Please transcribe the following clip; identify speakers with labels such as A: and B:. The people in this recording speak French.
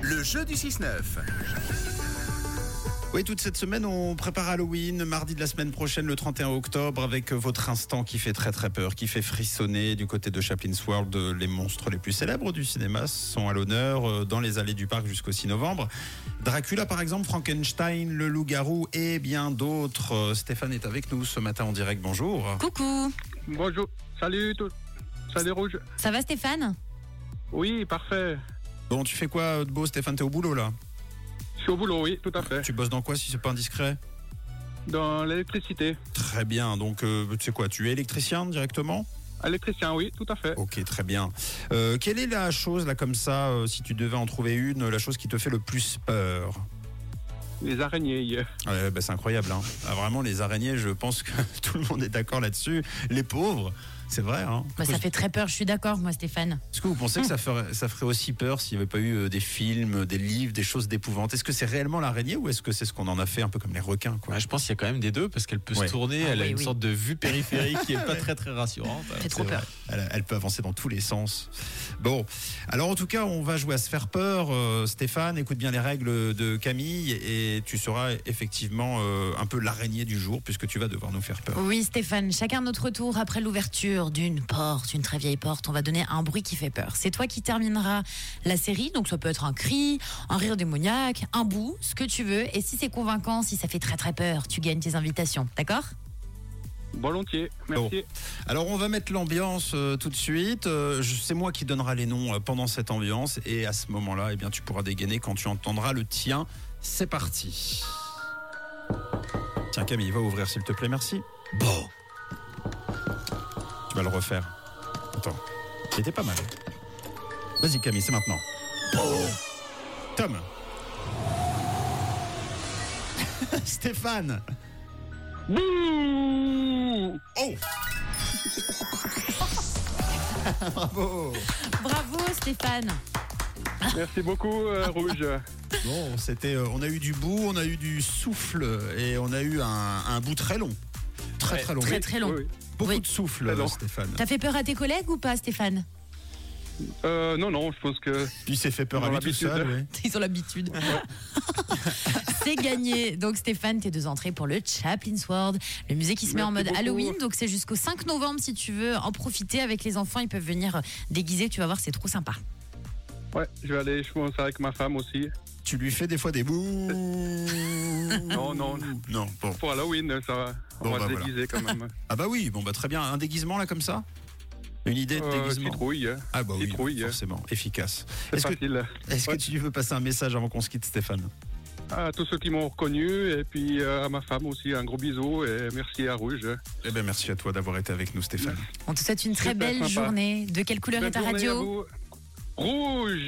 A: Le jeu du 6-9.
B: Oui, toute cette semaine, on prépare Halloween, mardi de la semaine prochaine, le 31 octobre, avec euh, votre instant qui fait très très peur, qui fait frissonner du côté de Chaplin's World. euh, Les monstres les plus célèbres du cinéma sont à l'honneur euh, dans les allées du parc jusqu'au 6 novembre. Dracula, par exemple, Frankenstein, le loup-garou et bien d'autres. Euh, Stéphane est avec nous ce matin en direct. Bonjour.
C: Coucou,
D: Bonjour, salut tout. Salut Rouge.
C: ça va Stéphane
D: Oui, parfait.
B: Bon, tu fais quoi euh, de beau, Stéphane T'es au boulot là
D: Je suis au boulot, oui, tout à fait.
B: Tu bosses dans quoi si c'est pas indiscret
D: Dans l'électricité.
B: Très bien. Donc, euh, tu sais quoi Tu es électricien directement
D: Électricien, oui, tout à fait.
B: Ok, très bien. Euh, quelle est la chose, là, comme ça, euh, si tu devais en trouver une, la chose qui te fait le plus peur
D: Les araignées hier.
B: Ouais, bah, C'est incroyable. Hein. Ah, vraiment, les araignées, je pense que tout le monde est d'accord là-dessus. Les pauvres, c'est vrai. Hein.
C: bah, Ça
B: Est-ce-
C: fait très peur, je suis d'accord moi Stéphane.
B: Est-ce que vous pensez que ça ferait, ça ferait aussi peur s'il n'y avait pas eu euh, des films, des livres, des choses d'épouvante Est-ce que c'est réellement l'araignée ou est-ce que c'est ce qu'on en a fait un peu comme les requins quoi
E: Ouais, Bah, je pense qu'il y a quand même des deux parce qu'elle peut
B: Ouais.
E: se tourner,
C: Ah
E: elle a
C: oui,
E: une
C: oui.
E: sorte de vue périphérique qui est pas très très rassurante.
C: fait trop
B: vrai.
C: peur.
B: Elle, elle peut avancer dans tous les sens. Bon, alors en tout cas, on va jouer à se faire peur. Euh, Stéphane, écoute bien les règles de Camille et tu seras effectivement euh, un peu l'araignée du jour puisque tu vas devoir nous faire peur.
C: Oui Stéphane, chacun notre tour après l'ouverture d'une porte, une très vieille porte, on va donner un bruit qui fait peur. C'est toi qui termineras la série, donc ça peut être un cri, un rire démoniaque, un bout, ce que tu veux. Et si c'est convaincant, si ça fait très très peur, tu gagnes tes invitations, d'accord
D: Volontiers, merci.
B: Alors on va mettre l'ambiance euh, tout de suite. Euh, je- C'est moi qui donnera les noms euh, pendant cette ambiance et à ce moment-là, eh bien, tu pourras dégainer quand tu entendras le tien. C'est parti. Tiens Camille, va ouvrir s'il te plaît, merci. Bon. Tu vas le refaire. Attends. C'était pas mal. Vas-y Camille, c'est maintenant. Tom. Stéphane.
D: Bouh
B: Oh Bravo
C: Bravo Stéphane
D: Merci beaucoup euh,
B: Ah,
D: Rouge.
B: Bon, c'était, euh, on a eu du bout, on a eu du souffle et on a eu un, un bout très long. Très
E: Ouais,
B: très long.
C: Très très long.
D: Oui, oui.
B: Beaucoup
C: oui.
B: de souffle,
D: Très long.
B: euh, Stéphane.
C: T'as fait peur à tes collègues ou pas Stéphane
D: Euh, non, non, je pense que
B: Puis il s'est fait peur à
D: Dans
B: lui tout
D: l'habitude.
B: seul. ouais.
C: Ils ont l'habitude. c'est gagné. Donc Stéphane, tes deux entrées pour le Chaplin's World, le musée qui se met en mode
D: Merci beaucoup.
C: Halloween. Donc c'est jusqu'au 5 novembre si tu veux en profiter avec les enfants. Ils peuvent venir déguiser. Tu vas voir, c'est trop sympa.
D: ouais, je vais aller, je pense, avec ma femme aussi.
B: Tu lui fais des fois des bouts.
D: Non, non.
B: Non, Ah. bon.
D: Pour Halloween, ça va. On
B: Bon,
D: va
B: bah,
D: se
B: voilà.
D: déguiser quand même. Euh,
B: Ah bah oui, bon bah très bien. Un déguisement là comme ça Une idée de
D: Euh,
B: déguisement
D: citrouille, hein.
B: Ah bah oui,
D: citrouille.
B: forcément, efficace.
D: c'est
B: Est-ce que,
D: facile.
B: est-ce que
D: Ouais.
B: tu veux passer un message avant qu'on se quitte, Stéphane
D: À Ah, tous ceux qui m'ont reconnu et puis euh, à ma femme aussi, un gros bisou et merci à Rouge.
B: Eh ben merci à toi d'avoir été avec nous, Stéphane.
C: On te souhaite une très
D: Super
C: belle
D: sympa.
C: journée. De quelle couleur
D: Belle
C: est ta
D: journée à
C: radio
D: vous. Rouge